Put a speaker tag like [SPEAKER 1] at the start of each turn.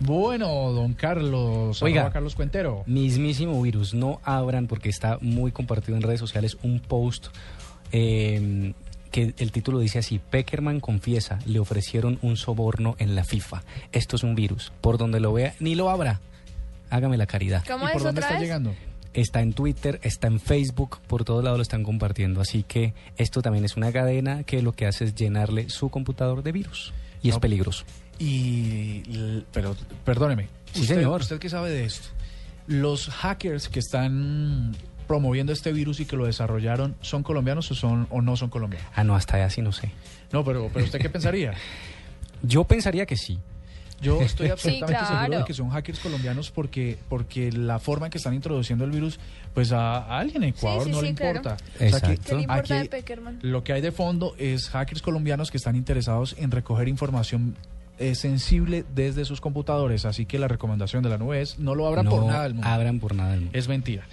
[SPEAKER 1] Bueno, don Carlos,
[SPEAKER 2] Oiga.
[SPEAKER 1] arroba Carlos Cuentero.
[SPEAKER 2] Mismísimo virus, no abran porque está muy compartido en redes sociales un post eh, que el título dice así, Peckerman confiesa, le ofrecieron un soborno en la FIFA. Esto es un virus, por donde lo vea, ni lo abra. Hágame la caridad.
[SPEAKER 1] ¿Y por dónde está llegando?
[SPEAKER 2] Está en Twitter, está en Facebook, por todos lados lo están compartiendo. Así que esto también es una cadena que lo que hace es llenarle su computador de virus. Y es
[SPEAKER 1] No.
[SPEAKER 2] peligroso.
[SPEAKER 1] Y, l- pero, perdóneme.
[SPEAKER 2] Sí,
[SPEAKER 1] usted,
[SPEAKER 2] señor.
[SPEAKER 1] ¿Usted qué sabe de esto? Los hackers que están promoviendo este virus y que lo desarrollaron, ¿son colombianos o, son, o no son colombianos?
[SPEAKER 2] Ah, no, hasta allá sí no sé.
[SPEAKER 1] No, pero, pero ¿usted qué pensaría?
[SPEAKER 2] Yo pensaría que sí.
[SPEAKER 1] Yo estoy absolutamente seguro de
[SPEAKER 3] claro.
[SPEAKER 1] que son hackers colombianos porque, porque la forma en que están introduciendo el virus, pues a, a alguien en Ecuador
[SPEAKER 3] sí,
[SPEAKER 1] no le
[SPEAKER 3] sí, claro.
[SPEAKER 1] importa.
[SPEAKER 2] Exacto.
[SPEAKER 1] aquí-
[SPEAKER 2] ¿Qué le
[SPEAKER 3] importa de
[SPEAKER 1] aquí
[SPEAKER 3] Peckerman?
[SPEAKER 1] Lo que hay de fondo es hackers colombianos que están interesados en recoger información eh, sensible desde sus computadores. Así que la recomendación de la nube es no lo abran
[SPEAKER 2] no
[SPEAKER 1] por nada del mundo.
[SPEAKER 2] abran por nada del mundo.
[SPEAKER 1] Es mentira.